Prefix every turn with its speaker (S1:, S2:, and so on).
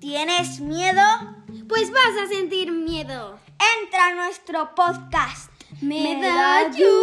S1: ¿Tienes miedo?
S2: Pues vas a sentir miedo.
S1: Entra a nuestro podcast.
S2: Me da yu-